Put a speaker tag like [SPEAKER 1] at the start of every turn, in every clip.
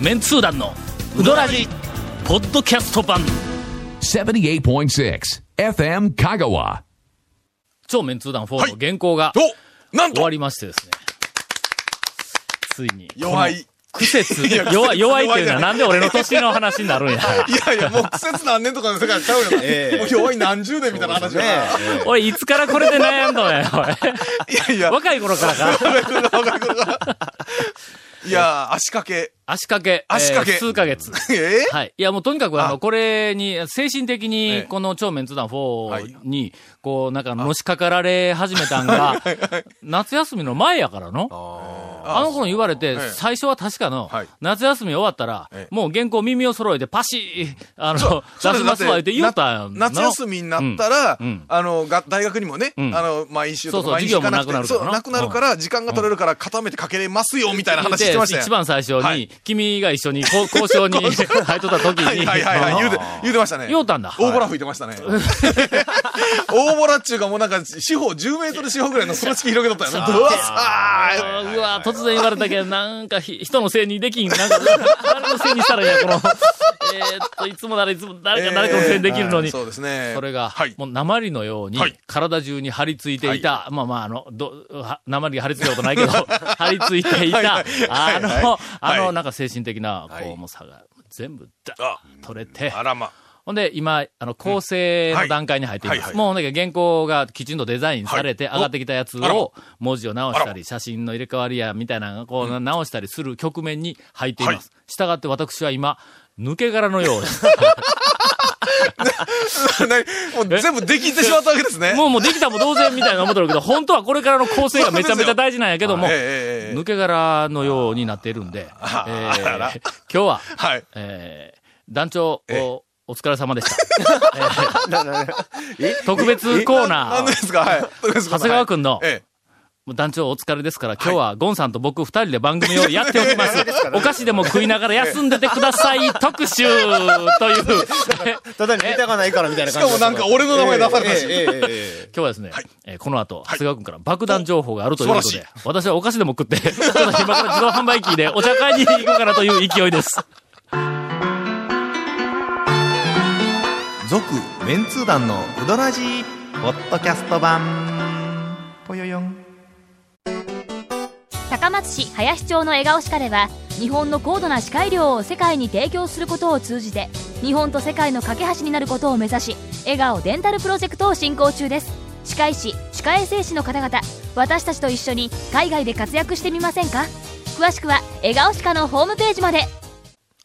[SPEAKER 1] メンツー団のウドラジポッドキャスト版
[SPEAKER 2] 78.6 FM Kagawa.
[SPEAKER 1] 超メンツー団
[SPEAKER 3] は
[SPEAKER 1] 4
[SPEAKER 3] い
[SPEAKER 1] の原稿が
[SPEAKER 3] と、なん
[SPEAKER 1] 終わ
[SPEAKER 3] と、
[SPEAKER 1] りましてですね、ついに
[SPEAKER 3] 弱い。
[SPEAKER 1] 苦節
[SPEAKER 3] いや
[SPEAKER 1] 弱い弱いっていうのは
[SPEAKER 3] 苦節弱いじゃない
[SPEAKER 1] なんで俺の年の話になるんや
[SPEAKER 3] いやいや、もう苦節何年とかの世界ちゃうよ。もう弱い何十年みたいな話が。
[SPEAKER 1] おいいつからこれで悩んどんや
[SPEAKER 3] いやい
[SPEAKER 1] おい
[SPEAKER 3] や、
[SPEAKER 1] 若い頃からか
[SPEAKER 3] いや、足掛け。
[SPEAKER 1] 足掛け
[SPEAKER 3] 足掛け
[SPEAKER 1] えー数ヶ月
[SPEAKER 3] え
[SPEAKER 1] はい。いや、もうとにかく、あの、
[SPEAKER 3] あ
[SPEAKER 1] これに、精神的
[SPEAKER 3] え
[SPEAKER 1] に
[SPEAKER 3] え、
[SPEAKER 1] この超メンツ団
[SPEAKER 3] は
[SPEAKER 1] 4
[SPEAKER 3] い
[SPEAKER 1] に、こう、なんか、のしかかられ始めたん が、夏休みの前やからの。あの頃に言われて、
[SPEAKER 3] ええ
[SPEAKER 1] 最初は確かの
[SPEAKER 3] はい、
[SPEAKER 1] 夏休み終わったら
[SPEAKER 3] ええ、
[SPEAKER 1] もう原稿耳を揃えて、パシー、あの、 出しますわ、言って言うたんやんな。
[SPEAKER 3] 夏休みになったら、
[SPEAKER 1] うんうん
[SPEAKER 3] あの、が大学にもね、
[SPEAKER 1] ん
[SPEAKER 3] あの、毎週
[SPEAKER 1] そ
[SPEAKER 3] と
[SPEAKER 1] うそう
[SPEAKER 3] か毎日行かなくて、
[SPEAKER 1] 授業もなくなるからな
[SPEAKER 3] そう、なくなるから、時間が取れるから、固めてかけれますよ、みたいな話してました
[SPEAKER 1] で
[SPEAKER 3] よ。
[SPEAKER 1] 一番最初に、
[SPEAKER 3] はい
[SPEAKER 1] 君が一緒にこう交渉 に入っとった時
[SPEAKER 3] はい
[SPEAKER 1] に、
[SPEAKER 3] はいはいはい、言うて、言うてましたね。
[SPEAKER 1] 言うたんだ
[SPEAKER 3] 大ボラ吹いてましたね。 大ボラっちゅうかもうなんか、四方、10メートル四方ぐらいの風呂敷広げとったよ な。うわ、さー
[SPEAKER 1] あーうわ、突然言われたけど、なんかひ人のせいにできん。なん か、誰のせいにしたらいいや、この。えーっと、いつもならいつも誰か誰かのせいにできるのに。
[SPEAKER 3] えーはいそうですね。
[SPEAKER 1] それが、
[SPEAKER 3] はい。
[SPEAKER 1] もう鉛のように
[SPEAKER 3] はい、
[SPEAKER 1] 体中に張り付いていた、まあまあ、あの、ど、は鉛が張り付いたことないけど、張り付いていた、
[SPEAKER 3] はいはい
[SPEAKER 1] あ
[SPEAKER 3] はい
[SPEAKER 1] の
[SPEAKER 3] はい、
[SPEAKER 1] あ
[SPEAKER 3] は
[SPEAKER 1] の、
[SPEAKER 3] い
[SPEAKER 1] なんか精神的な、
[SPEAKER 3] は
[SPEAKER 1] こう、
[SPEAKER 3] い
[SPEAKER 1] 重さが、全部、だ
[SPEAKER 3] あ、
[SPEAKER 1] 取れて、
[SPEAKER 3] あ らま。
[SPEAKER 1] ほんで、今、あの、構成の段階に入っています。
[SPEAKER 3] はいはいはい
[SPEAKER 1] もう、だけど原稿がきちんとデザインされて、上
[SPEAKER 3] はい
[SPEAKER 1] がってきたやつ
[SPEAKER 3] あらま
[SPEAKER 1] を、文字を直した
[SPEAKER 3] あら
[SPEAKER 1] り、写真の入れ替わりや、みたいなのをこう、直したりする局面に入っています。したがって私は今、抜け殻のようです。
[SPEAKER 3] なもう全部できてしまったわけです ね。
[SPEAKER 1] もう、もうできたも同然みたいな思ってるけど、本当はこれからの構成がめちゃめちゃ大事なんやけども、
[SPEAKER 3] ええええええ
[SPEAKER 1] 抜け殻のようになっているんで、えー
[SPEAKER 3] あら
[SPEAKER 1] 今日は、
[SPEAKER 3] はい。
[SPEAKER 1] えー団長、
[SPEAKER 3] ええ
[SPEAKER 1] お、お疲れ様で した。えー特別コーナー
[SPEAKER 3] 何
[SPEAKER 1] を。
[SPEAKER 3] ですかはい。どうですか
[SPEAKER 1] 長谷川君の
[SPEAKER 3] はいえ
[SPEAKER 1] もう団長お疲れですから、今日はゴンさんと僕二人で番組をやっており ます。お菓子でも食いながら休んでてください特集と いう、
[SPEAKER 4] ただにネタがないからみたい
[SPEAKER 3] え
[SPEAKER 4] な
[SPEAKER 3] し
[SPEAKER 4] 感
[SPEAKER 3] か
[SPEAKER 4] じ
[SPEAKER 3] もなんか俺の名前出されたし。
[SPEAKER 1] 今日はですね、えーこの後、長谷川君から爆弾情報があるということ
[SPEAKER 3] 素晴
[SPEAKER 1] で
[SPEAKER 3] ら、
[SPEAKER 1] 私はお菓子でも食って、 ちょっと今から自動販売機でお茶会に行こうかなという勢いです。
[SPEAKER 4] 続、メンツー団のうどらじポッドキャスト版。ぽよよん。
[SPEAKER 5] 高松市林町の笑顔歯科では日本の高度な歯科医療を世界に提供することを通じて日本と世界の架け橋になることを目指し笑顔デンタルプロジェクトを進行中です歯科医師歯科衛生士の方々私たちと一緒に海外で活躍してみませんか詳しくは笑顔歯科のホームページまで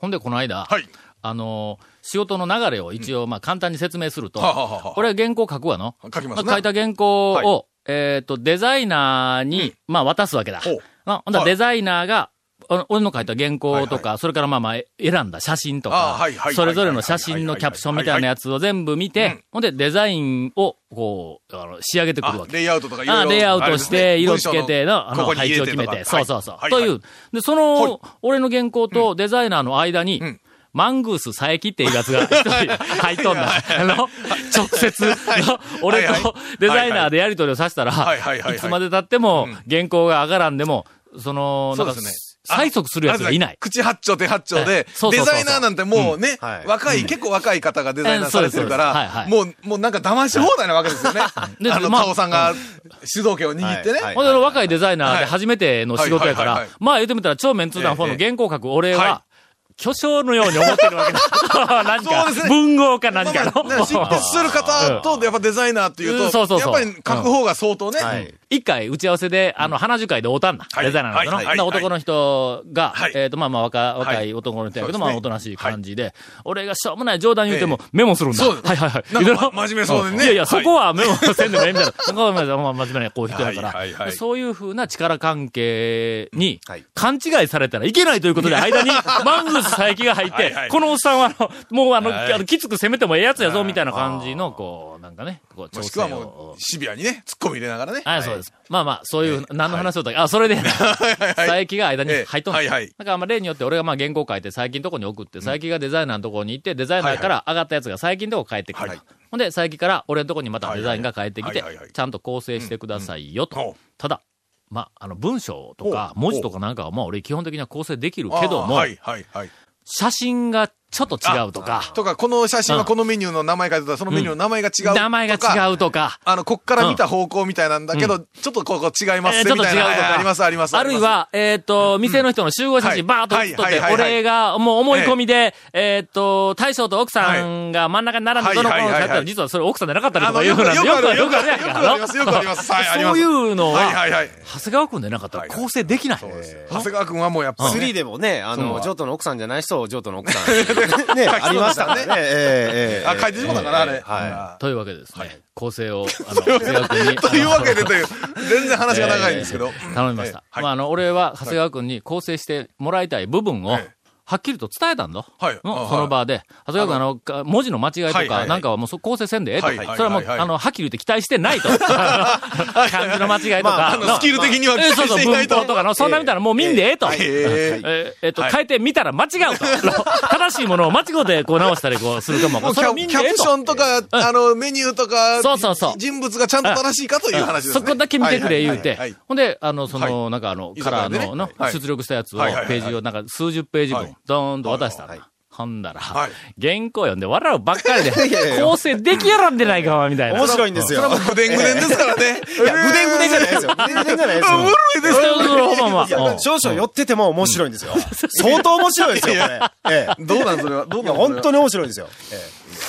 [SPEAKER 1] ほんでこの間、
[SPEAKER 3] はい。
[SPEAKER 1] あのー仕事の流れを一応まあ簡単に説明すると、
[SPEAKER 3] はあはあはあはあ
[SPEAKER 1] 俺は原稿書くわの。
[SPEAKER 3] 書きます
[SPEAKER 1] まあ書いた原稿を、
[SPEAKER 3] はい
[SPEAKER 1] えっ、と、デザイナーに、まあ渡すわけだ
[SPEAKER 3] ほう。
[SPEAKER 1] まあ、ほんだら
[SPEAKER 3] はい
[SPEAKER 1] デザイナーが、あの俺の書いた原稿と
[SPEAKER 3] はい
[SPEAKER 1] か、それからまあまあえ選んだ写真と
[SPEAKER 3] あー
[SPEAKER 1] か
[SPEAKER 3] はいはいは、い
[SPEAKER 1] それぞれの写真のキャプションみたいなやつを全部見
[SPEAKER 3] はいはい
[SPEAKER 1] て、ほんでデザインを、こう、あの仕上げてくるわ
[SPEAKER 3] あ
[SPEAKER 1] け。
[SPEAKER 3] レイアウトとかいろい
[SPEAKER 1] あ
[SPEAKER 3] ろ
[SPEAKER 1] レイアウトして、色つけての、あ
[SPEAKER 3] こ
[SPEAKER 1] の、
[SPEAKER 3] こに
[SPEAKER 1] 配置
[SPEAKER 3] 入
[SPEAKER 1] を
[SPEAKER 3] れ
[SPEAKER 1] 決
[SPEAKER 3] と
[SPEAKER 1] め
[SPEAKER 3] か
[SPEAKER 1] て、そうそうそう。
[SPEAKER 3] はい
[SPEAKER 1] と。
[SPEAKER 3] はいいう
[SPEAKER 1] で、そ
[SPEAKER 3] は
[SPEAKER 1] の
[SPEAKER 3] い、
[SPEAKER 1] 俺の原稿とデザイナーの間に
[SPEAKER 3] ん、
[SPEAKER 1] マングース佐伯っていうやつが一 人入っとんだ。あの、直接、俺
[SPEAKER 3] はい
[SPEAKER 1] と
[SPEAKER 3] はい
[SPEAKER 1] デザイナーでやり取りをさせたら、
[SPEAKER 3] はいはいはいはい
[SPEAKER 1] いつまで経っても原稿が上がらんでも、その、なんか
[SPEAKER 3] そうです、ねあ
[SPEAKER 1] 催促するやつがいない。
[SPEAKER 3] 口八丁手八丁
[SPEAKER 1] ええ
[SPEAKER 3] で、
[SPEAKER 1] そうそうそう
[SPEAKER 3] デ
[SPEAKER 1] そう
[SPEAKER 3] ザイナーなんてもうね、
[SPEAKER 4] うんはい
[SPEAKER 3] 若い、結構若い方がデザイナーされてるか
[SPEAKER 1] ええそう
[SPEAKER 3] ら、
[SPEAKER 1] です
[SPEAKER 3] もう、もうなんか騙し放題なわけですよね。あ
[SPEAKER 1] で
[SPEAKER 3] の、
[SPEAKER 1] まあ
[SPEAKER 3] タオさんが主導権を握ってね。
[SPEAKER 4] はい
[SPEAKER 1] ほんで、若いデザイナーで初めての仕事やか
[SPEAKER 3] はいはいはい
[SPEAKER 1] ら
[SPEAKER 3] はい、
[SPEAKER 1] まあ言ってみたら、超メンツー団フォンの原稿書く俺は
[SPEAKER 3] は、
[SPEAKER 1] 巨匠のように思ってるわけ だ。何
[SPEAKER 3] そうです
[SPEAKER 1] か、
[SPEAKER 3] ね
[SPEAKER 1] 文豪か何
[SPEAKER 3] まあまあ
[SPEAKER 1] か
[SPEAKER 3] なんか執筆
[SPEAKER 1] の。
[SPEAKER 3] する方と、やっぱデザイナーっていううん
[SPEAKER 1] そうそ
[SPEAKER 3] と
[SPEAKER 1] う、
[SPEAKER 3] や
[SPEAKER 1] そう
[SPEAKER 3] っぱり書く方が相当ね。
[SPEAKER 4] はい。
[SPEAKER 1] 一回打ち合わせで、あの、花樹会でおたんな。
[SPEAKER 3] はい
[SPEAKER 1] デザイナーの人の。
[SPEAKER 3] はいはい
[SPEAKER 1] な男の人が
[SPEAKER 3] はい、
[SPEAKER 1] えっと、まあまあ若、若
[SPEAKER 3] はいい
[SPEAKER 1] 男の人やけど、
[SPEAKER 3] そうですね
[SPEAKER 1] まあおとなしい感じで、俺がしょうもない冗談言うても
[SPEAKER 3] え
[SPEAKER 1] メモするんだ。
[SPEAKER 3] そうです
[SPEAKER 1] はいはいはい。
[SPEAKER 3] なんか
[SPEAKER 1] 言うてろ
[SPEAKER 3] ま真面目 そうでね
[SPEAKER 1] んいやいや、
[SPEAKER 3] はい
[SPEAKER 1] そこはメモせんでもええみたいな。 そこはまあ真面目なこう人やか
[SPEAKER 3] はいはいは
[SPEAKER 1] ら。
[SPEAKER 3] い
[SPEAKER 1] そういうふうな力関係に
[SPEAKER 4] はい、
[SPEAKER 1] 勘違いされたらいけないということで、間にマングース佐伯が入っ
[SPEAKER 3] はい
[SPEAKER 1] て
[SPEAKER 3] は、い
[SPEAKER 1] このおっさんはあの、もうあの、
[SPEAKER 3] はい
[SPEAKER 1] あのきつく攻めてもええやつやぞ、みたいな感じの、こう、なんかね、こう、調
[SPEAKER 3] もし
[SPEAKER 1] 整
[SPEAKER 3] くはも
[SPEAKER 1] を
[SPEAKER 3] う、。シビアにね、突っ込み入れながら ね。
[SPEAKER 1] はい、そうです。まあまあ、そういう、何の話をだっけあ、それで、佐伯が間に入っとんの
[SPEAKER 3] ええはいはい
[SPEAKER 1] だからまあ例によって俺がまあ原稿書いて、佐伯のとこに送って、佐伯がデザイナーのとこに行って、デザイナーから上がったやつが佐伯のとこ帰ってくる。
[SPEAKER 3] はい
[SPEAKER 1] ほんで、佐伯から俺のとこにまたデザインが帰ってきて
[SPEAKER 3] はいはいはいはいはいはい、
[SPEAKER 1] ちゃんと構成してくださいよ
[SPEAKER 3] うんうん
[SPEAKER 1] と。ただ、ま、あの、文章とか、
[SPEAKER 3] ほう
[SPEAKER 1] 文字とかなんかは、まあ、俺基本的には構成できる
[SPEAKER 3] あー
[SPEAKER 1] けども
[SPEAKER 3] は、いはいはい。
[SPEAKER 1] 写真がちょっと違うとか、
[SPEAKER 3] とか、この写真
[SPEAKER 1] う
[SPEAKER 3] は
[SPEAKER 1] ん
[SPEAKER 3] このメニューの名前が出たら、そのメニューの名前が違うとか。
[SPEAKER 1] 名前が違うとか、
[SPEAKER 3] あの、こっから見た方向みたいなんだけど、ちょっとここ違います
[SPEAKER 1] え
[SPEAKER 3] ね
[SPEAKER 1] ーちょっと
[SPEAKER 3] み
[SPEAKER 1] 違う
[SPEAKER 3] た
[SPEAKER 1] と
[SPEAKER 3] いな。はいはい
[SPEAKER 1] か。
[SPEAKER 3] ありますあります。
[SPEAKER 1] あるい
[SPEAKER 3] りま
[SPEAKER 1] は、えっ、と、店の人の集合写
[SPEAKER 3] はい
[SPEAKER 1] 真バーッと撮って、
[SPEAKER 3] はいはいはいはい
[SPEAKER 1] 俺がもう思い込みで、えっ、と、大将と奥さんが真ん中に並んでどの子の
[SPEAKER 3] は
[SPEAKER 1] や
[SPEAKER 3] い
[SPEAKER 1] っ
[SPEAKER 3] はいはいはい
[SPEAKER 1] たら、実はそれ奥さんじゃなかったり
[SPEAKER 3] す、
[SPEAKER 1] とかいう
[SPEAKER 3] よ
[SPEAKER 1] ふう
[SPEAKER 3] く
[SPEAKER 1] な
[SPEAKER 3] よくある、よくある、
[SPEAKER 1] や
[SPEAKER 3] よ
[SPEAKER 1] ん
[SPEAKER 3] く
[SPEAKER 1] か
[SPEAKER 3] あります、よくあります。はい、ありま
[SPEAKER 1] そう
[SPEAKER 3] す。
[SPEAKER 1] いうのは、
[SPEAKER 3] はいはいはい。
[SPEAKER 1] 長谷川くんでなかったら構成できない。
[SPEAKER 3] 長谷川くんはもうやっぱ
[SPEAKER 6] スリーでもね、あ
[SPEAKER 1] そう
[SPEAKER 6] の、
[SPEAKER 1] だ
[SPEAKER 6] ジョートの奥さんじゃない人をジョートの奥さ ん。ね、 ありましたからね。ええええ
[SPEAKER 3] あ、書いてしまったかな、あれ。
[SPEAKER 6] は
[SPEAKER 1] というわけでですね、構成を、あの、長谷川君に。
[SPEAKER 3] というわけでという、全然話が長いんですけど。
[SPEAKER 1] 頼みました。
[SPEAKER 3] はい
[SPEAKER 1] まあ、あの、俺は長谷川君に構成してもらいたい部分を、は
[SPEAKER 3] ええ
[SPEAKER 1] っきりと伝えたんだ。
[SPEAKER 3] はい
[SPEAKER 1] うん
[SPEAKER 3] あ
[SPEAKER 1] その場で。長谷川君、あのか、文字の間違い
[SPEAKER 3] は
[SPEAKER 1] と
[SPEAKER 3] いはいは
[SPEAKER 1] か、
[SPEAKER 3] い
[SPEAKER 1] なんかはもうそ構成せんでええと。そ
[SPEAKER 3] はい
[SPEAKER 1] れ
[SPEAKER 3] はいはい
[SPEAKER 1] はもう、あの、はっきり言って期待して ないと。漢字の間違いと
[SPEAKER 6] まあ
[SPEAKER 1] か
[SPEAKER 6] あ。
[SPEAKER 3] のスキル的には
[SPEAKER 1] ええそうそう、
[SPEAKER 3] 期待してい
[SPEAKER 1] 文
[SPEAKER 3] ないと
[SPEAKER 1] 法とかの、そんな見たらもう見んでええと。
[SPEAKER 3] ええ。
[SPEAKER 1] ええっと、
[SPEAKER 3] はい
[SPEAKER 1] 変えてみたら間違うと。正しいものを間違うてこう直したりこうするかも。
[SPEAKER 3] もうキ
[SPEAKER 1] それを
[SPEAKER 3] ャ
[SPEAKER 1] 見ん
[SPEAKER 3] キ
[SPEAKER 1] でえ
[SPEAKER 3] ャ
[SPEAKER 1] え
[SPEAKER 3] プ
[SPEAKER 1] と
[SPEAKER 3] ションとか、あの、メニューとか、
[SPEAKER 1] そうそうそう
[SPEAKER 3] 人物がちゃんと正しいかという話ですね。
[SPEAKER 1] そこだけ見てくれ言うて
[SPEAKER 3] はいはいはい。
[SPEAKER 1] ほんで、あの、その、なんかあの、
[SPEAKER 3] 居
[SPEAKER 1] カ
[SPEAKER 3] 酒
[SPEAKER 1] ラ
[SPEAKER 3] 屋でね
[SPEAKER 1] ーの、
[SPEAKER 3] は
[SPEAKER 1] ない出力したやつを、ペ
[SPEAKER 3] はいはいはいはい
[SPEAKER 1] ージを、なんか数十ページ
[SPEAKER 3] は
[SPEAKER 1] 分
[SPEAKER 3] い、
[SPEAKER 1] ドーンと渡した
[SPEAKER 6] はい
[SPEAKER 1] ら。ほんだら、
[SPEAKER 3] は
[SPEAKER 1] 原
[SPEAKER 3] い
[SPEAKER 1] 稿読んで笑うばっかり で
[SPEAKER 6] いやい、や
[SPEAKER 1] 構成できやらんでないかわみたい
[SPEAKER 6] い。
[SPEAKER 1] な。
[SPEAKER 6] 面白いんですよ。
[SPEAKER 3] それはもうぐでんぐでんですからね。
[SPEAKER 6] いや、ぐでんぐでんじゃないですよ。ぐでんぐでんじゃないですよ。
[SPEAKER 3] 無理ですよ。
[SPEAKER 1] そうそうほんまほんま
[SPEAKER 6] いや、少々寄ってても面白いんですよ。相当面白いですよ、これ。ええ。
[SPEAKER 3] どうなんそれは。どう
[SPEAKER 6] い
[SPEAKER 3] なん
[SPEAKER 6] や、
[SPEAKER 3] それは
[SPEAKER 6] 本当に面白いですよ。え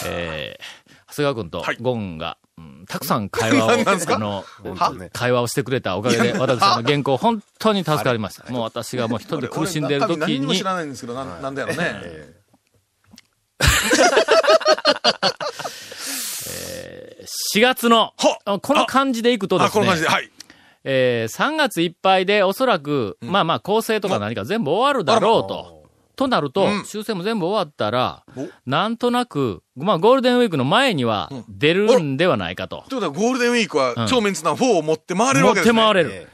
[SPEAKER 1] えー長谷川君と
[SPEAKER 3] はい
[SPEAKER 1] ゴンが、うんたくさん会話を、
[SPEAKER 3] 何なんですか
[SPEAKER 1] あの、
[SPEAKER 6] 当ね
[SPEAKER 1] 会話をしてくれたおかげで、私あの原稿、本当に助かりました。もう私がもう一人で苦しんでいる
[SPEAKER 3] 俺俺多分
[SPEAKER 1] 時
[SPEAKER 3] 何も
[SPEAKER 1] に
[SPEAKER 3] 知、らないんですけど、なんなんだろうね。
[SPEAKER 1] 4月の
[SPEAKER 3] は、
[SPEAKER 1] この感じでいくとで
[SPEAKER 3] あ、
[SPEAKER 1] す
[SPEAKER 3] この
[SPEAKER 1] ね
[SPEAKER 3] 感じ、で。はい。
[SPEAKER 1] えー3月いっぱいでおそらく、まあまあ構成とか何か全部終わるだろうと。となると、
[SPEAKER 3] うん
[SPEAKER 1] 修正も全部終わったら
[SPEAKER 3] お、
[SPEAKER 1] なんとなく、まあゴールデンウィークの前には出るんではないかと。
[SPEAKER 3] ということは、ゴールデンウィークは、
[SPEAKER 1] うん
[SPEAKER 3] 超メンツな4を持って回れる
[SPEAKER 1] 持
[SPEAKER 3] わ
[SPEAKER 1] っ
[SPEAKER 3] けです
[SPEAKER 1] て
[SPEAKER 3] ね。
[SPEAKER 1] 回れ
[SPEAKER 6] え
[SPEAKER 1] る。
[SPEAKER 3] え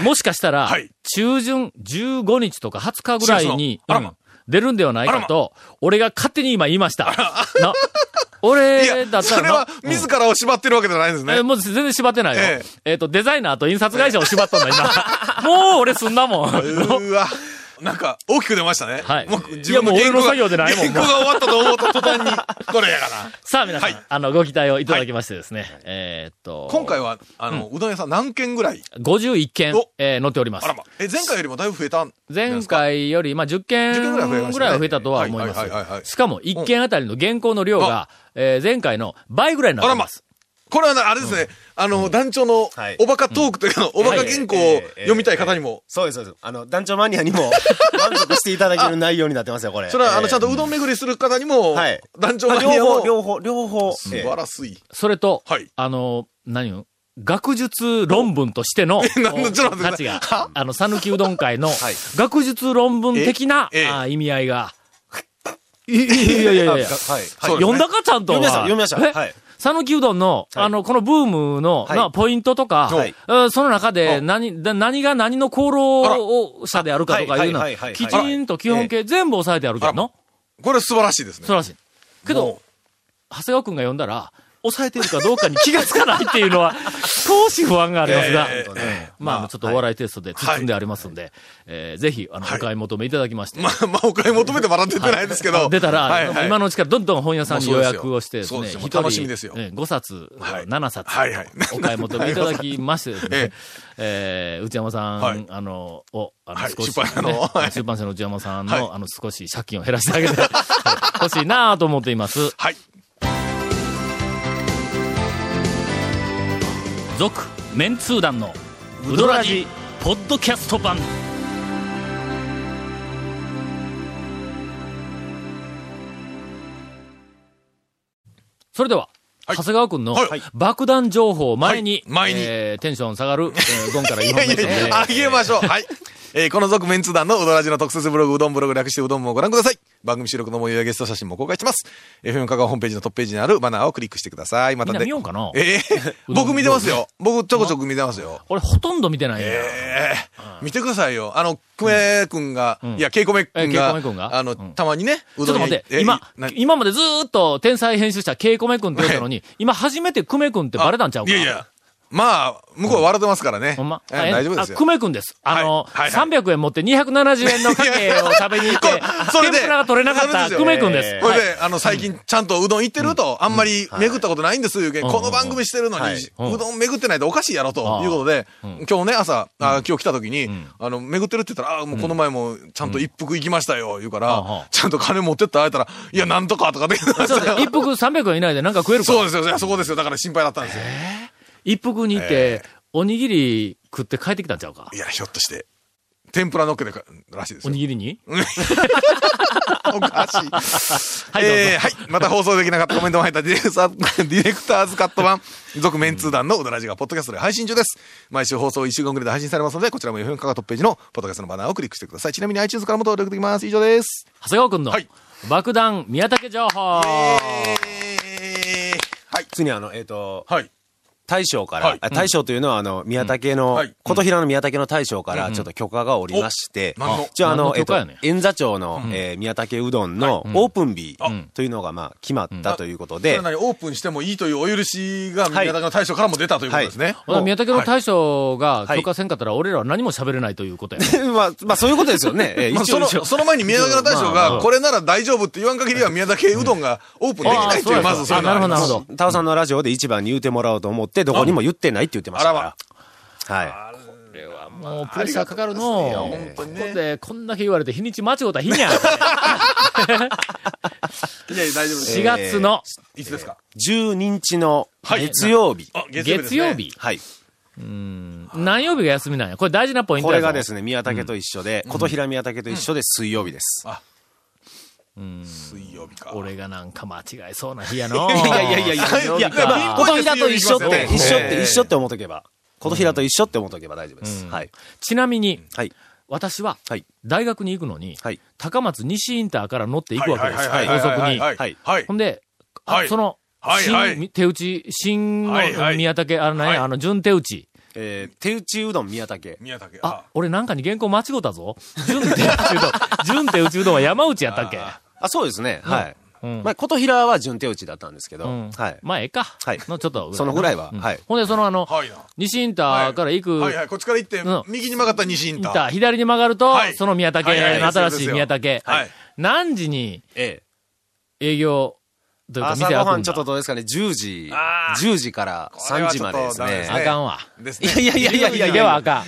[SPEAKER 1] えーもしかしたら
[SPEAKER 3] はい、
[SPEAKER 1] 中旬15日とか20日ぐらいに、
[SPEAKER 3] 4月のあら
[SPEAKER 1] うん
[SPEAKER 3] ま
[SPEAKER 1] 出るんではないかと、俺が勝手に今言いました。な
[SPEAKER 3] い
[SPEAKER 1] 俺だ
[SPEAKER 3] や、
[SPEAKER 1] った
[SPEAKER 3] それ
[SPEAKER 1] ら
[SPEAKER 3] は
[SPEAKER 1] な、うん
[SPEAKER 3] 自らを縛ってるわけじゃないんです
[SPEAKER 1] え
[SPEAKER 3] ね
[SPEAKER 1] ー。もう全然縛ってないよ。え
[SPEAKER 3] え
[SPEAKER 1] っ、と、デザイナーと印刷会社を縛ったんだ、今。もう俺すんなもん。
[SPEAKER 3] うわ。なんか、大きく出ましたね。
[SPEAKER 1] はい
[SPEAKER 3] もう自分の
[SPEAKER 1] いや
[SPEAKER 3] 原
[SPEAKER 1] もう俺の
[SPEAKER 3] 稿が
[SPEAKER 1] 作業じゃないもん
[SPEAKER 3] 原稿が終わったと思った途端に、これ やから。
[SPEAKER 1] さあ皆さん、
[SPEAKER 3] はい
[SPEAKER 1] あの、ご期待をいただきましてですね。えーっと。
[SPEAKER 3] 今回は、あの、うどん屋さん何件ぐらい
[SPEAKER 1] 51件
[SPEAKER 3] お、
[SPEAKER 1] えー載っております
[SPEAKER 3] あら。ま。え、前回よりもだいぶ増えたん
[SPEAKER 1] 前回より、まあ、10件
[SPEAKER 3] 10件ぐらい増えましたね
[SPEAKER 1] ぐらいは増えたとは思いま
[SPEAKER 3] はいはいはいはい
[SPEAKER 1] す。しかも、1件あたりの原稿の量が、えー前回の倍ぐらいになってます。
[SPEAKER 3] これはね、あれですね、あの、団長の
[SPEAKER 6] はい
[SPEAKER 3] おバカトークというの、おバカ原稿を読みたい方にも、
[SPEAKER 6] そうです、そうです。あの、団長マニアにも 満足していただける内容になってますよ、これ。
[SPEAKER 3] それは、あの、
[SPEAKER 6] ええ
[SPEAKER 3] ちゃんとうどん巡りする方にも
[SPEAKER 6] はい、
[SPEAKER 3] 団長
[SPEAKER 6] まあ
[SPEAKER 3] マニ
[SPEAKER 6] 両
[SPEAKER 3] ア
[SPEAKER 6] 方、
[SPEAKER 3] を、
[SPEAKER 6] 両方、両方。
[SPEAKER 3] 素晴らしい。
[SPEAKER 1] それと、
[SPEAKER 3] はい
[SPEAKER 1] あの、何よ学術論文としての、
[SPEAKER 3] なんだちょっと
[SPEAKER 1] 価
[SPEAKER 3] 待って
[SPEAKER 1] 値
[SPEAKER 3] くだ
[SPEAKER 1] が、あの、讃岐うどん会 の、学術論文的な、
[SPEAKER 3] ええ
[SPEAKER 1] あー意味合い が、いいやいやいやいや。
[SPEAKER 6] はい。
[SPEAKER 3] そうですね
[SPEAKER 1] 読んだかちゃんとは。
[SPEAKER 6] 読みました読みました
[SPEAKER 1] え
[SPEAKER 6] はい
[SPEAKER 1] 讃岐うどんの、
[SPEAKER 6] はい
[SPEAKER 1] あの、このブームの、
[SPEAKER 6] はい
[SPEAKER 1] なポイントとか、
[SPEAKER 6] はい
[SPEAKER 1] うんその中で
[SPEAKER 3] う
[SPEAKER 1] 何、だ何が何の功労を者であるかとかいうの
[SPEAKER 6] はいはいはいはいはい
[SPEAKER 1] きちんと基本形全部押さえてあるけどの、
[SPEAKER 3] これ素晴らしいですね
[SPEAKER 1] 素晴。らしい。けど
[SPEAKER 3] も、
[SPEAKER 1] 長谷川くんが読んだら、押さえてるかどうかに気がつかないっていうの は、少し不安がありますが、
[SPEAKER 3] ええ
[SPEAKER 6] え
[SPEAKER 1] まあ、ちょっとお笑いテストで包んでありますんで、えーぜひ、あの、
[SPEAKER 3] はい
[SPEAKER 1] お買い求めいただきまして。
[SPEAKER 3] まあ、まあ、お金求めてもらって出ないですけど。
[SPEAKER 1] 出たら、
[SPEAKER 3] はいはい
[SPEAKER 1] 今のうちからどんどん本屋さんに予約をしてです
[SPEAKER 3] そう
[SPEAKER 1] ね、
[SPEAKER 3] ですよ
[SPEAKER 1] 一
[SPEAKER 3] 楽しみですよ
[SPEAKER 1] ええ5冊、
[SPEAKER 3] はい
[SPEAKER 1] 7冊、
[SPEAKER 3] はいはい
[SPEAKER 1] お買い求めいただきまして ですね、えー内山さん、
[SPEAKER 3] はい
[SPEAKER 1] あの、を、あの、
[SPEAKER 3] はい
[SPEAKER 1] 少し、
[SPEAKER 3] 出版社のはい
[SPEAKER 1] 出版社の内山さんの、
[SPEAKER 3] はい
[SPEAKER 1] あの、少し借金を減らしてあげて、 欲しいなぁと思っています。
[SPEAKER 3] はい。
[SPEAKER 1] 続、メンツー団の、ウドラジ、ポッドキャスト版。それでは、
[SPEAKER 3] はい
[SPEAKER 1] 長谷川君の
[SPEAKER 3] はい
[SPEAKER 1] 爆弾情報を前に、
[SPEAKER 3] はい前に
[SPEAKER 1] えーテンション下がる、えーゴンから
[SPEAKER 3] い
[SPEAKER 1] 言
[SPEAKER 3] や
[SPEAKER 1] 本
[SPEAKER 3] い
[SPEAKER 1] 目で
[SPEAKER 3] やいや、あげましょう。はい。えーこの続メンツ団のうどらじの特設ブログ、うどんブログ略してうどんもご覧ください。番組収録の模様やゲスト写真も公開してます。FM 香川ホームページのトップページにあるバナーをクリックしてください。ま
[SPEAKER 1] み
[SPEAKER 3] た
[SPEAKER 1] んな
[SPEAKER 3] で
[SPEAKER 1] 見ようかな
[SPEAKER 3] ええ僕見てますよ。僕ちょこちょこ見てますよ。
[SPEAKER 1] 俺ほとんど見てないな
[SPEAKER 3] ええ見てくださいよ。あの、久米君が、
[SPEAKER 1] ん
[SPEAKER 3] いや、ケイコメ君
[SPEAKER 1] えケイコ
[SPEAKER 3] が、
[SPEAKER 1] メ君が
[SPEAKER 3] あの、
[SPEAKER 1] うん
[SPEAKER 3] たまにね、う
[SPEAKER 1] ちょっと
[SPEAKER 3] に
[SPEAKER 1] 待っ
[SPEAKER 3] え
[SPEAKER 1] て、今
[SPEAKER 3] な、
[SPEAKER 1] 今までずーっと天才編集者、ケイコメ君って言ったのに、今初めてクメ君ってバレたんちゃうか
[SPEAKER 3] いやいや、まあ、向こうは笑ってますからね。
[SPEAKER 1] ほんま。
[SPEAKER 3] えー大丈夫です
[SPEAKER 1] あ、
[SPEAKER 3] よ
[SPEAKER 1] 久。米くんです。あの、
[SPEAKER 3] はいはい
[SPEAKER 1] 300円持って270円のかけを食べに行っ
[SPEAKER 3] こ
[SPEAKER 1] て、
[SPEAKER 3] それ
[SPEAKER 1] 天
[SPEAKER 3] で
[SPEAKER 1] ぷらが取れなかった
[SPEAKER 3] それですよ
[SPEAKER 1] 久米くんです。
[SPEAKER 3] こ
[SPEAKER 1] は
[SPEAKER 3] れ
[SPEAKER 1] い
[SPEAKER 3] で、あの、最近、ちゃんとうどん行ってると、あんまり巡ったことないんです、いうけん
[SPEAKER 1] うん
[SPEAKER 3] この番組してるのに、
[SPEAKER 6] はいう
[SPEAKER 3] うんどん巡ってないとおかしいやろ、ということで、今日ね、朝、あ今日来た時に
[SPEAKER 1] ん、
[SPEAKER 3] あの、巡ってるって言ったら、あもうこの前も、ちゃんと一服行きましたよ、言うか
[SPEAKER 1] うんは
[SPEAKER 3] ら
[SPEAKER 1] あ、
[SPEAKER 3] ちゃんと金持ってった、会えたら、いや、なんとか、とかできたんです
[SPEAKER 1] そうです
[SPEAKER 3] よ
[SPEAKER 1] ね。一服300円以内でなんか食えるか
[SPEAKER 3] そうですよいや、そこですよ。だから心配だったんですよ。
[SPEAKER 1] 一服に行って、おにぎり食って帰ってきたんちゃうか
[SPEAKER 3] いや、ひょっとして、天ぷらのっけでからしいです
[SPEAKER 1] お
[SPEAKER 3] よ
[SPEAKER 1] に。ぎりに
[SPEAKER 3] おかしい。
[SPEAKER 1] はい、どうぞ。
[SPEAKER 3] えーはい。また放送できなかったコメントも入ったディレクターディレクターズカット版、続メンツー団のうどらじがポッドキャストで配信中です。毎週放送1週間くらいで配信されますので、こちらも FM かがトップページのポッドキャストのバナーをクリックしてください。ちなみに iTunes からも登録できます。以上です。
[SPEAKER 1] 長谷川くんの
[SPEAKER 3] はい、
[SPEAKER 1] 爆弾宮武情報。
[SPEAKER 3] はい。
[SPEAKER 6] 次にあの、えっ、と、
[SPEAKER 3] はい。
[SPEAKER 6] 大将から、
[SPEAKER 3] はい
[SPEAKER 6] あ大将というのは、あの、宮武の、
[SPEAKER 3] うんはい
[SPEAKER 6] 琴平の宮武の大将から、ちょっと許可がおりまして、
[SPEAKER 3] お何の
[SPEAKER 6] じゃあ、あ
[SPEAKER 1] 何
[SPEAKER 6] の
[SPEAKER 1] の、
[SPEAKER 6] え
[SPEAKER 1] 許
[SPEAKER 6] っと
[SPEAKER 1] 可やねん、
[SPEAKER 6] 円座町の、えー宮武うどんのオープン日というのが、まあ、決まったということ
[SPEAKER 3] そ
[SPEAKER 6] で、
[SPEAKER 3] れなりにオープンしてもいいというお許しが、宮田の大将からも出たということですね。
[SPEAKER 1] ほな宮武の大将が
[SPEAKER 6] はい
[SPEAKER 1] 許可せんかったら、俺らは何も喋れないということやね。
[SPEAKER 6] まあ、まあ、そういうことです よね。えー
[SPEAKER 3] まあ、
[SPEAKER 6] 一応
[SPEAKER 3] その、
[SPEAKER 6] 一応
[SPEAKER 3] その前に宮崎の大将
[SPEAKER 1] まあま
[SPEAKER 3] が、
[SPEAKER 1] あ
[SPEAKER 3] これなら大丈夫って言わん限りは宮崎うどんがオープンできないと
[SPEAKER 1] あ
[SPEAKER 3] い
[SPEAKER 1] あ
[SPEAKER 3] う、まずそういうの
[SPEAKER 1] あなるほど、な
[SPEAKER 3] があ
[SPEAKER 1] るほ
[SPEAKER 3] りま
[SPEAKER 1] ど。
[SPEAKER 3] す
[SPEAKER 6] 田尾さんのラジオで一番に言うてもらおうと思って、どこにも言ってないって言ってましたから。は
[SPEAKER 1] もうプレッシャーかかるのう。
[SPEAKER 3] いや本当にね
[SPEAKER 1] ここで、こんだけ言われて、日にち間違うたら日に ゃん。
[SPEAKER 3] いやいや、大丈夫です。
[SPEAKER 1] 4月の
[SPEAKER 3] いつですか
[SPEAKER 6] い。12日の
[SPEAKER 3] はい
[SPEAKER 6] 月曜日。
[SPEAKER 3] あ、月曜日です
[SPEAKER 1] 月
[SPEAKER 3] ね
[SPEAKER 1] 曜日。
[SPEAKER 6] はい。
[SPEAKER 1] 何曜日が休みなんや。これ大事なポイント
[SPEAKER 6] こ
[SPEAKER 1] や
[SPEAKER 6] れ
[SPEAKER 1] ぞ
[SPEAKER 6] がですね、宮武と一緒で、琴平宮武と一緒で水曜日です。
[SPEAKER 3] 水曜日か。
[SPEAKER 1] 俺がなんか間違えそうな 日やの
[SPEAKER 6] いやいやいやいや、いや、いやまあ琴平と一緒っ
[SPEAKER 3] 水曜日
[SPEAKER 6] て、
[SPEAKER 3] 行きま
[SPEAKER 6] 一
[SPEAKER 3] す
[SPEAKER 6] 緒
[SPEAKER 3] よ
[SPEAKER 6] っ
[SPEAKER 3] ね
[SPEAKER 6] て、一緒って思っとけば。琴平と一緒って思っとけば大丈夫です。はい。
[SPEAKER 1] ちなみに、
[SPEAKER 6] はい。
[SPEAKER 1] 私は
[SPEAKER 6] はい、
[SPEAKER 1] 大学に行くのに、
[SPEAKER 6] はい
[SPEAKER 1] 高松西インターから乗って行
[SPEAKER 3] はい
[SPEAKER 1] くわ
[SPEAKER 3] は
[SPEAKER 1] けです
[SPEAKER 3] いはい
[SPEAKER 1] よ、
[SPEAKER 3] はい
[SPEAKER 1] 高速に。
[SPEAKER 3] はいはいはい。
[SPEAKER 1] ほんで、あ
[SPEAKER 3] はい
[SPEAKER 1] その、
[SPEAKER 3] はい
[SPEAKER 1] 新、
[SPEAKER 3] はい
[SPEAKER 1] 手打ち、新の
[SPEAKER 3] はいはい
[SPEAKER 1] 宮武、あのね、
[SPEAKER 3] はい
[SPEAKER 1] あの、準手打ち。
[SPEAKER 6] えー手打ちうどん宮武。
[SPEAKER 3] 宮崎。
[SPEAKER 1] あ、俺なんかに原稿間違うたぞ。準手打ちうどん。 準手打ちうどんは山内やったっけ
[SPEAKER 6] あ、そうですね。はい。
[SPEAKER 1] うん
[SPEAKER 6] まあ、琴平は準手打ちだったんですけど、
[SPEAKER 1] うん
[SPEAKER 6] はい。
[SPEAKER 1] まあ、ええか。
[SPEAKER 6] はい
[SPEAKER 1] の、ちょっと。
[SPEAKER 6] そのぐらいは、はい。
[SPEAKER 1] ほんで、そのあの、
[SPEAKER 3] はいな。
[SPEAKER 1] 西インターから行く、
[SPEAKER 3] はいはい、こっちから行って
[SPEAKER 1] うん、
[SPEAKER 3] 右に曲がったら西イ
[SPEAKER 1] イ
[SPEAKER 3] ン
[SPEAKER 1] ン
[SPEAKER 3] タ
[SPEAKER 1] タ
[SPEAKER 3] ー。
[SPEAKER 1] ー、左に曲がると、
[SPEAKER 3] はい
[SPEAKER 1] その宮武、
[SPEAKER 3] はいはいはい
[SPEAKER 1] 新
[SPEAKER 3] そう
[SPEAKER 1] し
[SPEAKER 3] で
[SPEAKER 1] い
[SPEAKER 3] すよ
[SPEAKER 1] 宮武、
[SPEAKER 3] はい
[SPEAKER 1] 何時に
[SPEAKER 6] ええ。
[SPEAKER 1] 営業というか店
[SPEAKER 6] 朝
[SPEAKER 1] 開くん
[SPEAKER 6] ご
[SPEAKER 1] だ
[SPEAKER 6] はんちょっとどうですかね、10時
[SPEAKER 3] あ、ー
[SPEAKER 6] 10時から3時までです
[SPEAKER 3] これはちょっとダメです
[SPEAKER 6] ね。
[SPEAKER 1] あかんわ。
[SPEAKER 3] です
[SPEAKER 6] いやい
[SPEAKER 3] ね。
[SPEAKER 6] やいやいやいやい
[SPEAKER 1] で
[SPEAKER 6] や、
[SPEAKER 1] はあかん。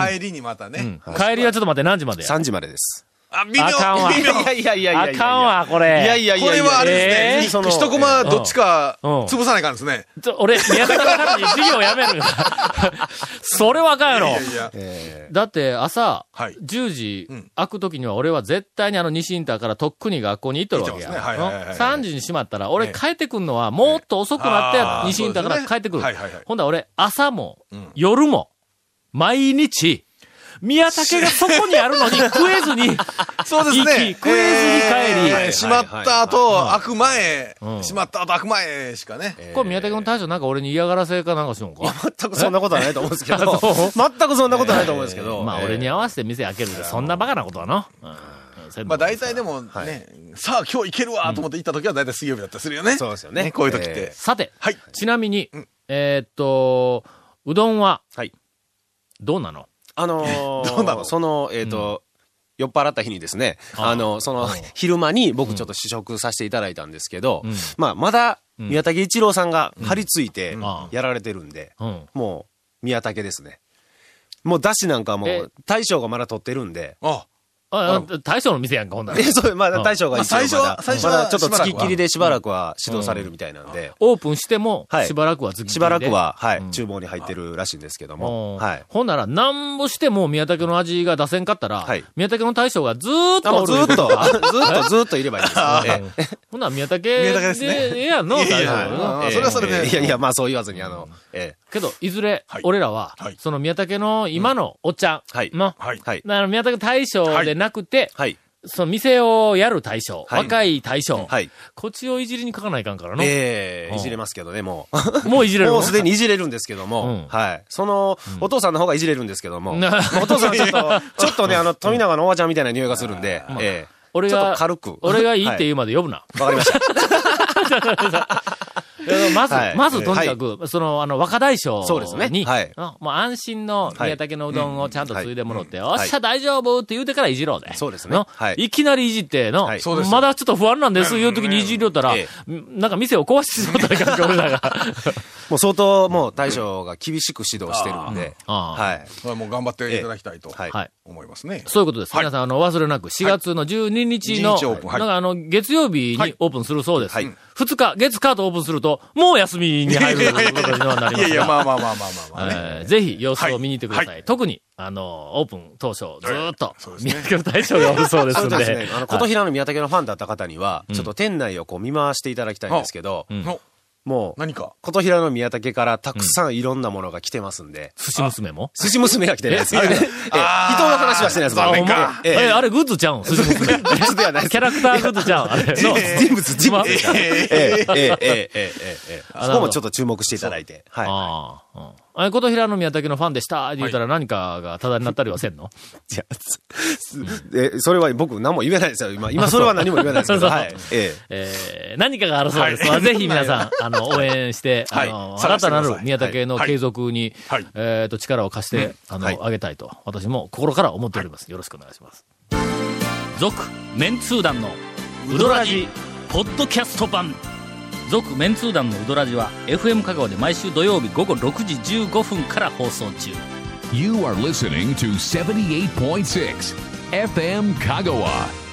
[SPEAKER 6] は
[SPEAKER 3] 帰りにまたね。
[SPEAKER 1] 帰りはちょっと待って、何時まで
[SPEAKER 6] い。3時までです。
[SPEAKER 3] あ、微妙
[SPEAKER 1] あかんわ
[SPEAKER 3] 微妙こ
[SPEAKER 6] いやいや
[SPEAKER 1] あかんわ、これ。
[SPEAKER 6] いやいやいやいや。
[SPEAKER 3] れはあれ
[SPEAKER 1] えー
[SPEAKER 3] ですね。一コマどっちか
[SPEAKER 1] うん
[SPEAKER 3] 潰さないかんですね。
[SPEAKER 1] ちょ俺、宮崎のために授業やめるんだそれわかんや
[SPEAKER 3] い
[SPEAKER 1] ろ。
[SPEAKER 3] やいや。
[SPEAKER 6] え
[SPEAKER 1] だって朝、
[SPEAKER 3] はい
[SPEAKER 1] 10時
[SPEAKER 3] うん
[SPEAKER 1] 開くときには俺は絶対にあの西インターからとっくに学校に行っとるわけや。
[SPEAKER 3] 行ってますねはいはいはいはい
[SPEAKER 1] 3時に閉まったら俺
[SPEAKER 3] ええ
[SPEAKER 1] 帰ってくんのはもっと遅くなって
[SPEAKER 3] あー
[SPEAKER 1] 西インターから帰ってくる。
[SPEAKER 3] そうですねはいはいはい
[SPEAKER 1] ほんだら俺朝も、
[SPEAKER 3] ん
[SPEAKER 1] 夜も、毎日、宮武がそこにある のに食えずに、
[SPEAKER 3] そうですね。
[SPEAKER 1] 行き食えずに帰り
[SPEAKER 3] えーしまった後、開く前
[SPEAKER 1] う、ん
[SPEAKER 3] しまった後、開く前しかね。
[SPEAKER 1] これ宮武の大将なんか俺に嫌がらせかなんかしよんか。
[SPEAKER 6] ー全くそんなことはないと思うんですけ
[SPEAKER 1] あ
[SPEAKER 6] ど、
[SPEAKER 1] そう
[SPEAKER 6] 全くそんなことはないと思うんですけど、
[SPEAKER 1] まあ
[SPEAKER 6] えー
[SPEAKER 1] 俺に合わせて店開けるってそんなバカなことはな。うん
[SPEAKER 3] まあ大体でもね、さあ今日行けるわと思って行った時は大体水曜日だったりするよね。
[SPEAKER 6] そうですよね
[SPEAKER 3] こういう時って。
[SPEAKER 6] え
[SPEAKER 1] さて、
[SPEAKER 3] はい
[SPEAKER 1] ちなみに、えーっと、うどんは、
[SPEAKER 6] はい
[SPEAKER 1] どうなの
[SPEAKER 6] あのー
[SPEAKER 3] どうなの
[SPEAKER 6] その、えっ、と、酔っ払った日にですね、
[SPEAKER 1] あー
[SPEAKER 6] あの、その
[SPEAKER 1] うん、
[SPEAKER 6] 昼間に僕ちょっと試食させていただいたんですけど、
[SPEAKER 1] うん
[SPEAKER 6] まあ、まだ、宮武一郎さんが張り付いて
[SPEAKER 1] んあ、ー
[SPEAKER 6] やられてるんで、
[SPEAKER 1] うん。
[SPEAKER 6] もう、宮武ですね。もう、だしなんかも
[SPEAKER 1] え
[SPEAKER 6] う、大将がまだ取ってるんで、
[SPEAKER 3] あ、
[SPEAKER 1] あ、あ大将の店やんか、ほんなら
[SPEAKER 6] え、。そう、ま
[SPEAKER 1] う
[SPEAKER 6] だ
[SPEAKER 1] ん
[SPEAKER 6] 大将が一応まだ、
[SPEAKER 3] まあ最初は最初は
[SPEAKER 6] まだちょっと
[SPEAKER 3] しばら
[SPEAKER 6] 付
[SPEAKER 3] く
[SPEAKER 6] き
[SPEAKER 3] は
[SPEAKER 6] っきりでしばらくは指導されるみたいなんで、
[SPEAKER 1] オープンしても、
[SPEAKER 6] はい
[SPEAKER 1] しばらくはずっきりで
[SPEAKER 6] しばらくは、はい、
[SPEAKER 1] うん
[SPEAKER 6] 厨房に入ってるらしいんですけど
[SPEAKER 1] うん
[SPEAKER 6] も、はい。
[SPEAKER 1] ほんなら、なんぼしても宮武の味が出せんかったら、
[SPEAKER 6] はい
[SPEAKER 1] 宮武の大将がずーっ
[SPEAKER 6] あ
[SPEAKER 1] と
[SPEAKER 6] もう
[SPEAKER 1] お
[SPEAKER 6] ず
[SPEAKER 1] る
[SPEAKER 6] ー
[SPEAKER 1] いう
[SPEAKER 6] っ
[SPEAKER 1] こ
[SPEAKER 6] と、ず
[SPEAKER 1] とか
[SPEAKER 6] ーっと、ずーっといればいいです、 ね。 ええ
[SPEAKER 1] ほんなら宮武
[SPEAKER 3] 宮武ですね
[SPEAKER 1] でええやんの、大
[SPEAKER 3] いやい
[SPEAKER 1] 将
[SPEAKER 3] や
[SPEAKER 1] がな
[SPEAKER 3] あーそれはそれで
[SPEAKER 6] ええいやいや、まあそう言わずに、あの、え
[SPEAKER 1] けど、いずれ
[SPEAKER 3] はい、
[SPEAKER 1] 俺らは
[SPEAKER 3] はい、
[SPEAKER 1] その宮武の今のおっちゃ
[SPEAKER 6] は
[SPEAKER 1] ん
[SPEAKER 6] い
[SPEAKER 1] の、
[SPEAKER 3] はい
[SPEAKER 6] え。はい。
[SPEAKER 1] あの宮武大将でなくて、
[SPEAKER 6] はい。
[SPEAKER 1] その店をやる大将、
[SPEAKER 6] はい
[SPEAKER 1] 若い大将、
[SPEAKER 6] はい。
[SPEAKER 1] こっちをいじりに書かないかんからの。
[SPEAKER 6] え
[SPEAKER 1] う
[SPEAKER 6] え
[SPEAKER 1] ん
[SPEAKER 6] いじれますけどね、も
[SPEAKER 1] もういじ
[SPEAKER 6] う。
[SPEAKER 1] れるの
[SPEAKER 6] もうすでにいじれるんですけど
[SPEAKER 1] う
[SPEAKER 6] も
[SPEAKER 1] ん、
[SPEAKER 6] はい。その、お父さんの方がいじれるんですけども、
[SPEAKER 1] な
[SPEAKER 6] お父さんちょ っと、ちょっとね、あの、富永のおばちゃんみたいな匂いがするんで、ええ
[SPEAKER 1] 俺が、
[SPEAKER 6] ちょっと軽く
[SPEAKER 1] 俺がいいって言
[SPEAKER 6] う。
[SPEAKER 1] うまで呼ぶな。
[SPEAKER 6] はいわかりました。
[SPEAKER 1] いやまず、
[SPEAKER 6] はい
[SPEAKER 1] まずとにかく、その、あの、若大将に、
[SPEAKER 6] そうですねはい
[SPEAKER 1] あもう安心の宮武のうどんをちゃんと継いでもらって、
[SPEAKER 6] はいうん
[SPEAKER 1] おっしゃ、大丈夫って言うてからいじろうぜ。
[SPEAKER 6] そうですね
[SPEAKER 1] の
[SPEAKER 6] はい
[SPEAKER 1] い、きなりいじっての、
[SPEAKER 6] はい
[SPEAKER 3] そうですよ
[SPEAKER 1] まだちょっと不安なんです、いう時にいじりよったら、
[SPEAKER 6] え
[SPEAKER 1] なんか店を壊してしまったらいかんか俺ら が。
[SPEAKER 6] もう相当、もう大将が厳しく指導してるんで、
[SPEAKER 1] ああ
[SPEAKER 6] はい。
[SPEAKER 3] それはもう頑張っていただきたいと
[SPEAKER 6] はい。
[SPEAKER 1] はい。
[SPEAKER 3] 思いますね。
[SPEAKER 1] そういうことです。
[SPEAKER 3] はい
[SPEAKER 1] 皆さん、あの、忘れなく、4月の12日の、
[SPEAKER 3] 12日オープンはい
[SPEAKER 1] なんかあの、月曜日
[SPEAKER 3] は
[SPEAKER 1] に
[SPEAKER 3] い
[SPEAKER 1] オープンするそうです。
[SPEAKER 6] は
[SPEAKER 1] 二
[SPEAKER 6] い
[SPEAKER 1] 2日、月カートオープンすると、もう休みに入るということにはなりますが。
[SPEAKER 3] いやいや、まあまあまあまあまあまあね。
[SPEAKER 1] えーぜひ様子を見に行ってください。
[SPEAKER 3] はいは
[SPEAKER 1] 特に、あの、オープン当初、ずーっと
[SPEAKER 3] そう、です
[SPEAKER 1] 見
[SPEAKER 3] ね
[SPEAKER 1] かける大将がおるそうですん
[SPEAKER 6] そう
[SPEAKER 1] で。
[SPEAKER 6] ですね。あの、琴
[SPEAKER 1] はい
[SPEAKER 6] 平の宮武のファンだった方には、ちょっと店内をこう見回していただきたいんですけど、
[SPEAKER 1] うん
[SPEAKER 3] の
[SPEAKER 6] もう、
[SPEAKER 3] 何か。
[SPEAKER 6] 琴平の宮武からたくさんいろんなものが来てますんで、
[SPEAKER 1] 寿司娘も
[SPEAKER 6] 寿司娘が来てないです。ええ人の話はしてないです。
[SPEAKER 1] あ、
[SPEAKER 6] 僕
[SPEAKER 1] ほんま。
[SPEAKER 6] ええ
[SPEAKER 1] え、あれグッズちゃうん寿司娘。
[SPEAKER 6] ええ人ではないです
[SPEAKER 1] キャラクターグッズちゃうんあれ。の
[SPEAKER 6] 人物、人物。ええ、ええ、ええ、ええ、ええ。そこもちょっと注目していただいて。は
[SPEAKER 1] ああ。うんあれ、琴平の宮武のファンでしたって言ったら何かがタダになったりはせんの
[SPEAKER 6] い。じゃあ、すえ、それは僕何も言えないですよ。今、 今それは何も言えないですけど。
[SPEAKER 1] そう
[SPEAKER 6] はい。え
[SPEAKER 1] えー何かがあるそうです。ぜひ皆さん、あの、応援して、あ
[SPEAKER 3] はい
[SPEAKER 1] の、新
[SPEAKER 3] 探して
[SPEAKER 1] た
[SPEAKER 3] く
[SPEAKER 1] な
[SPEAKER 3] ださい
[SPEAKER 1] る宮武の継続に
[SPEAKER 3] はいはい、
[SPEAKER 1] えっと、力を貸して、あ
[SPEAKER 6] はい
[SPEAKER 1] の、あげたいと、私も心から思っております。よろしくお願いします。続、メンツー団の、ウドラジ、ポッドキャスト版。続、メンツー団のウドラジは、FM 香川で毎週土曜日午後6時15分から放送中。
[SPEAKER 2] You are listening to 78.6 FM Kagawa.